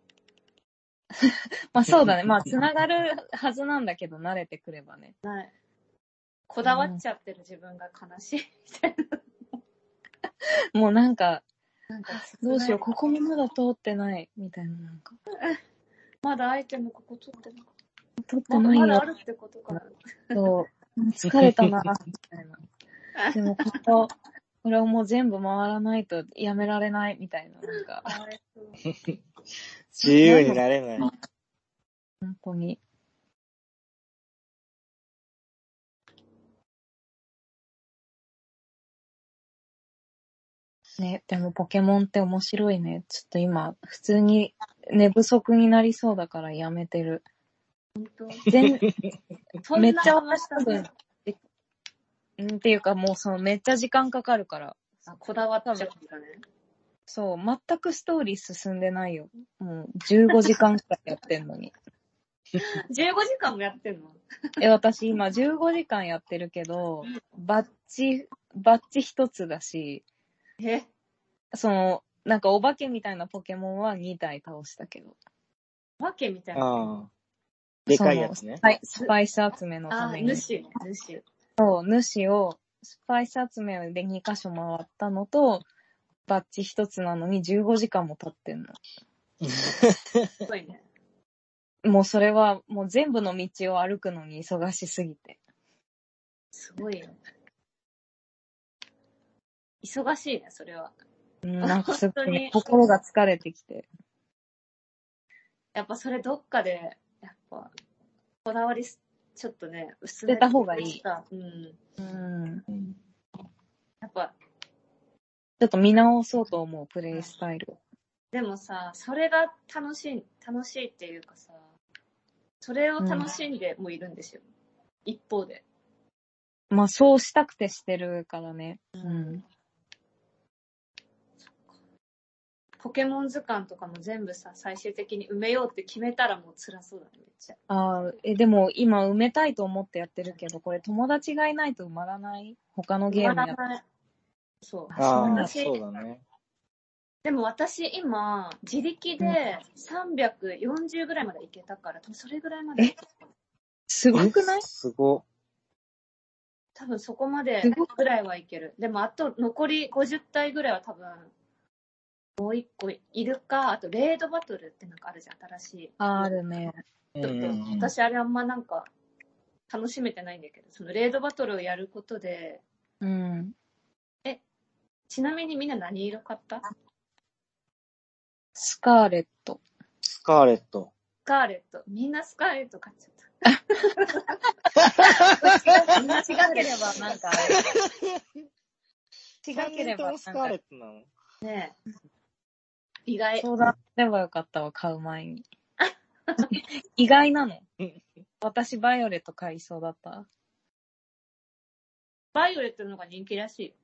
まあそうだね。まあ、つながるはずなんだけど、慣れてくればね。ない。こだわっちゃってる自分が悲しいみたいもうなんか、な。なんかどうしよう、切なこいこもまだ通ってない、みたいな、なんか。まだアイテムここ取ってなかっ通ってた。まないだまだあよ、るってことかな。と、疲れたな、みたいな。でも、ここ、これをもう全部回らないとやめられない、みたいな、なんか、あれそう自由になれない。本当に。ね、でもポケモンって面白いね。ちょっと今、普通に寝不足になりそうだからやめてる。本全当めっちゃ私そ多んな話分だね、うんっていうかもうそのめっちゃ時間かかるから、あこだわっちゃうんだね。そう、全くストーリー進んでないよ。もう15時間くらいやってんのに。 *laughs* 15時間もやってんのえ、私今15時間やってるけど、バッジ、バッジ一つだし、えその、なんかお化けみたいなポケモンは2体倒したけど。わけみたいな。ああ。でかいやつねそ。のはい、スパイス集めのたあ、めに。主ね、主。そう、主を、スパイス集めで2箇所回ったのと、バッジ一つなのに15時間も経ってんの。すごいね。もうそれはもう全部の道を歩くのに忙しすぎて。すごいよ。忙しいね、それは。うん、なんかすごい、ね、本当に心が疲れてきて。やっぱそれどっかで、やっぱ、こだわりす、ちょっとね、薄出た方がいい。うん。うん。うんやっぱ、ちょっと見直そうと思う、プレイスタイル。でもさ、それが楽しい、楽しいっていうかさ、それを楽しんでもいるんですよ。一方で。まあそうしたくてしてるからね。うん。ポケモン図鑑とかも全部さ、最終的に埋めようって決めたらもう辛そうだね、めっちゃ。あーえ、でも今埋めたいと思ってやってるけど、これ友達がいないと埋まらない他のゲームや止まらないそう。あああ、そうそうだね。でも私今、自力で340ぐらいまで行けたから、多分それぐらいまで。すごくないえすご。多分そこまですごいぐらいはいける。でもあと残り50体ぐらいは多分、もう一個いるか、あとレードバトルってなんかあるじゃん、新しい。あーあるね。うんちうょっんとうん、私あれあんまなんか、楽しめてないんだけど、そのレードバトルをやることで、うん。ちなみにみんな何色買ったススカーレット。スカーレット。カーレット。みんなスカーレット買っちゃった。みんな違ければなんか、違けれ三人とばもスカーレットなのねえ意外。相談すればよかったわ、買う前に。意外なのうん。私、バイオレット買いそうだった。バイオレットの方が人気らしい。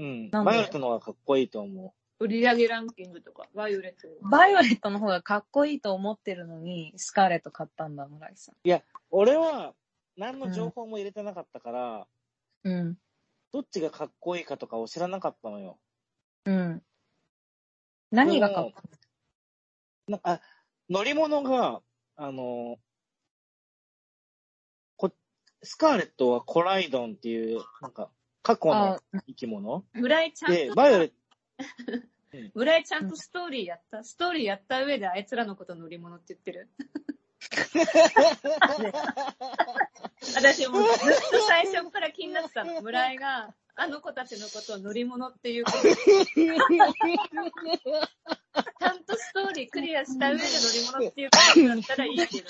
うん。なんでバイオレットの方がかっこいいと思売り上げランキングとか、バイオレットの方がバイオレットの方がかっこいいと思ってるのに、スカーレット買ったんだ、村井さう。俺は、何の情報も入れてなかったから、ん。うん。どっちがかっこいいかとかを知らなかったのよ。うん。何がかっこいいなんか、あ乗り物が、あの、こ、スカーレットはコライドンっていう、なんか、過去のあ生き物村井ちゃんでと、、バイオレット、村井ちゃんとストーリーやった、ストーリーやった上であいつらのこと乗り物って言ってる。私もうずっと最初から気になってたの。村井が、あの子たちのことを乗り物っていうこと、ちゃんとストーリークリアした上で乗り物っていうことだったらいいけ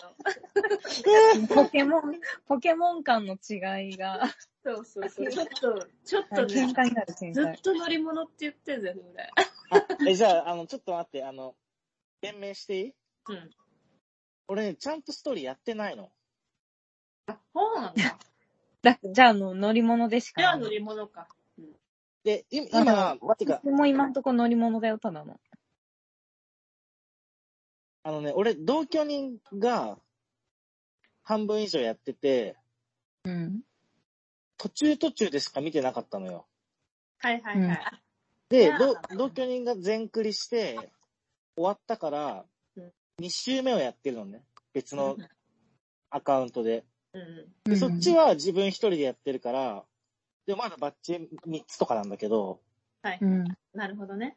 ど。ポケモン、ポケモン間の違いが、そうそうそう。ちょっと、ちょっと喧ね、嘩になる喧ず嘩っ。と乗り物って言ってんだよ、村井。 *laughs* え、じゃあ、あの、ちょっと待って、あの、弁明していいうん。俺ね、ちゃんとストーリーやってないの。そうなんだ。だじゃあ、あの、乗り物でしかじゃあない。乗り物か。で、いだから今、てか、私も今んとこ乗り物だよ、ただの。あのね、俺、同居人が、半分以上やってて、うん。途中途中でしか見てなかったのよ。はいはいはい。でう、んど同居人が全クリして、終わったからうん、 2周目をやってるのね。別のアカウントで。うん。でそっちは自分一人でやってるから、でもまだバッチ3つとかなんだけど、はい。うん。なるほどね。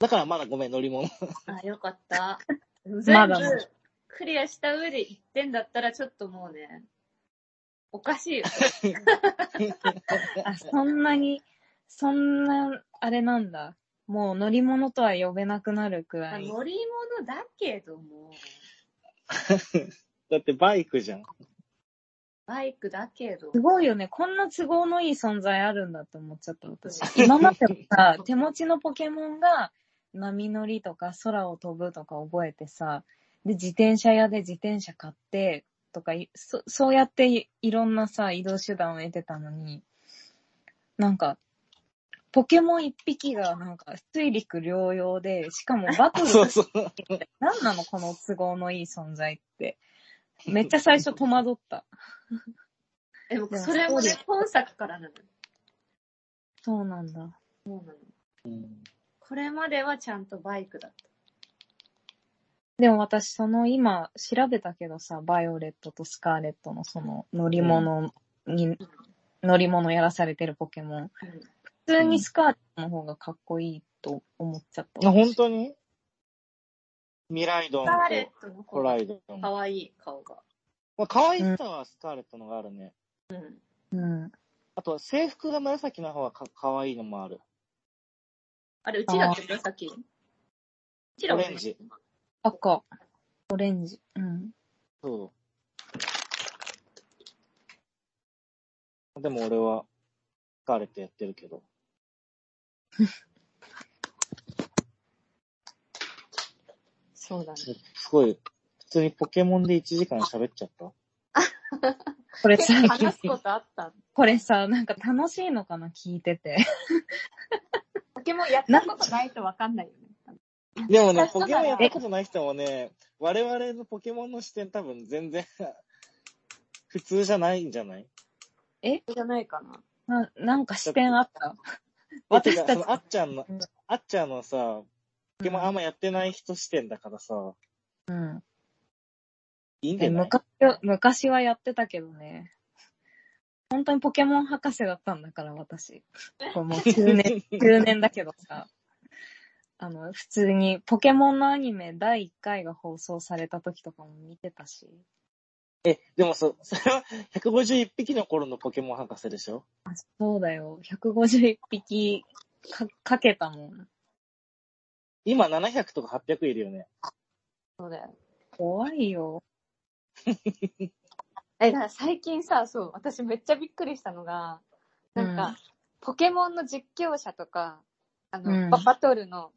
だからまだごめん、乗り物。あ、よ *laughs* かった。ま全部だねクリアした上で1点だったらちょっともうね、おかしいよ。 *laughs* あ、そんなに、そんな、あれなんだ。もう乗り物とは呼べなくなるくまらあい。乗り物だけども、だってバイクじゃん。バイクだけど、すごいよね。こんな都合のいい存在あるんだって思っちゃった、私。今までもさ、手持ちのポケモンが波乗りとか空を飛ぶとか覚えてさ、で、自転車屋で自転車買って、とかいそ、そうやっていいろんなさ、移動手段を得てたのに、なんか、ポケモン一匹がなんか水陸両用で、しかもバトルそうそう。何なのこの都合のいい存在って。めっちゃ最初戸惑った。でもそれでもそもうだよね、本作からなの。そうなんだ。そうなの。うんこれまではちゃんとバイクだっでも私、その今、調べたけどさ、バイオレットとスカーレットのその乗り物に、乗り物やらされてるポケモン。た。うん普通にスカーレットの方がかっこいいと思っちゃった。あ本当にミライドンスカーとレットのコ子ラがイドン。可愛い顔が。まあ、可愛さはスカーレットのがあるね。うん。うん。あとは制服が紫の方がか可愛いのもある。あれ、うちらって紫うちらオレンジ。赤、オレンジ。うん。そう。でも俺は、スカーレットやってるけど。そ *laughs* うだね。すすごい、普通にポケモンで1時間喋っちゃった。これ結さ構、話すことあったこれさ、なんか楽しいのかな聞いてて。ポケモンやったことないとわかんないよね。でもね、そうポだケねモンやったことない人もね、我々のポケモンの視点多分全然、普通じゃないんじゃないじゃないかな。 *laughs* ななんか視点あったて私かたそちのあっちゃんのうん、あっちゃんのさ、ポケモンあんまやってない人視点だからさ、うん。いいんじえゃない昔昔はやってたけどね。本当にポケモン博士だったんだから、私。これもう9年、9年 *laughs* だけどさ。あの、普通にポケモンのアニメ第1回が放送された時とかも見てたし。 *laughs* でもそ、それは151匹の頃のポケモン博士でしょあそうだよ。151匹かかけたもん。今700とか800いるよね。そうだよ。怖いよ。え、だから最近さ、そう、私めっちゃびっくりしたのが、なんか、うんポケモンの実況者とか、あの、うんババトルの、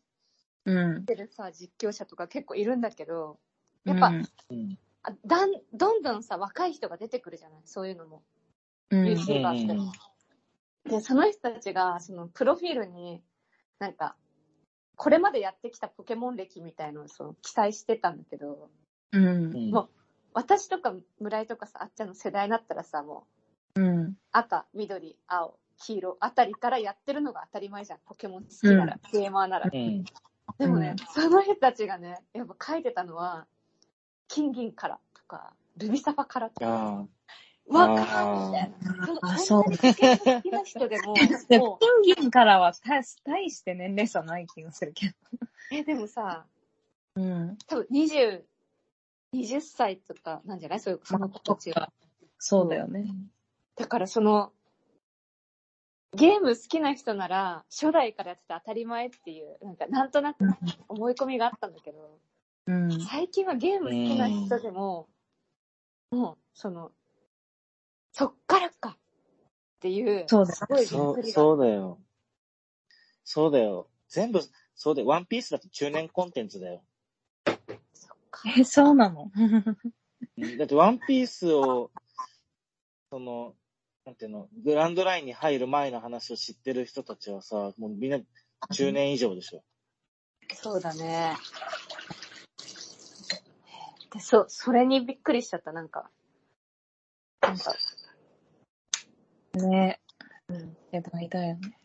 うん。やってるさ、実況者とか結構いるんだけど、やっぱうんうん。あだん、どんどんさ、若い人が出てくるじゃないそういうのも。うん。 YouTuber って。うんで、その人たちが、その、プロフィールに、なんか、これまでやってきたポケモン歴みたいのをそう記載してたんだけど、うん。うんも私とか村井とかさ、あっちゃんの世代になったらさ、もう、うん。赤、緑、青、黄色あたりからやってるのが当たり前じゃん。ポケモン好きなら、ゲーマーなら。うん。でもねう、その人たちがね、やっぱ書いてたのは、金銀からとか、ルビサファからとか、あわかんみたいな。そのあそう本当にポケモン *laughs* 好きな人でも、でもも、金銀からは大大して年齢差ない気がするけう、え、でもさ、ど。うん。多分20、20歳とかなんじゃないそういう、その子たちが。そうだよね。だからその、ゲーム好きな人なら、初代からやってて当たり前っていう、なんか、なんとなく思い込みがあったんだけど、うん。最近はゲーム好きな人でも、もう、その、そっからかっていう、そうですすあごいびそっくう、りが。そうだよ。そうだよ。全部、そうだよ。ワンピースだって中年コンテンツだよ。そっかえ、 *laughs* そうなのうんだってワンピースを、その、なんていうの、グランドラインに入る前の話を知ってる人たちはさ、もうみんな10年以上でしょ。そうだね。で、そう、それにびっくりしちゃった、なんか。なんか、ねうん。え。いや、大だよね。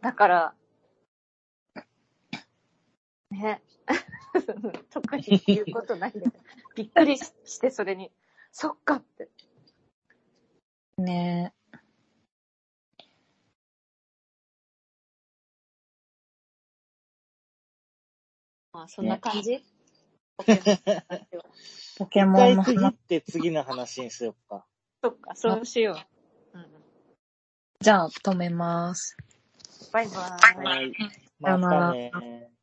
だから、ね。 *laughs* 特に言うことないんだけど、びっくりしして、それに、そっかって。ねまあ、そんな感じ、オッケーえ。ポケモン一の回区切っ話。て次の話にしようか。そっか、そうしよう。うん、じゃあ、止めます。バイバーイ。はい。さよまならたね。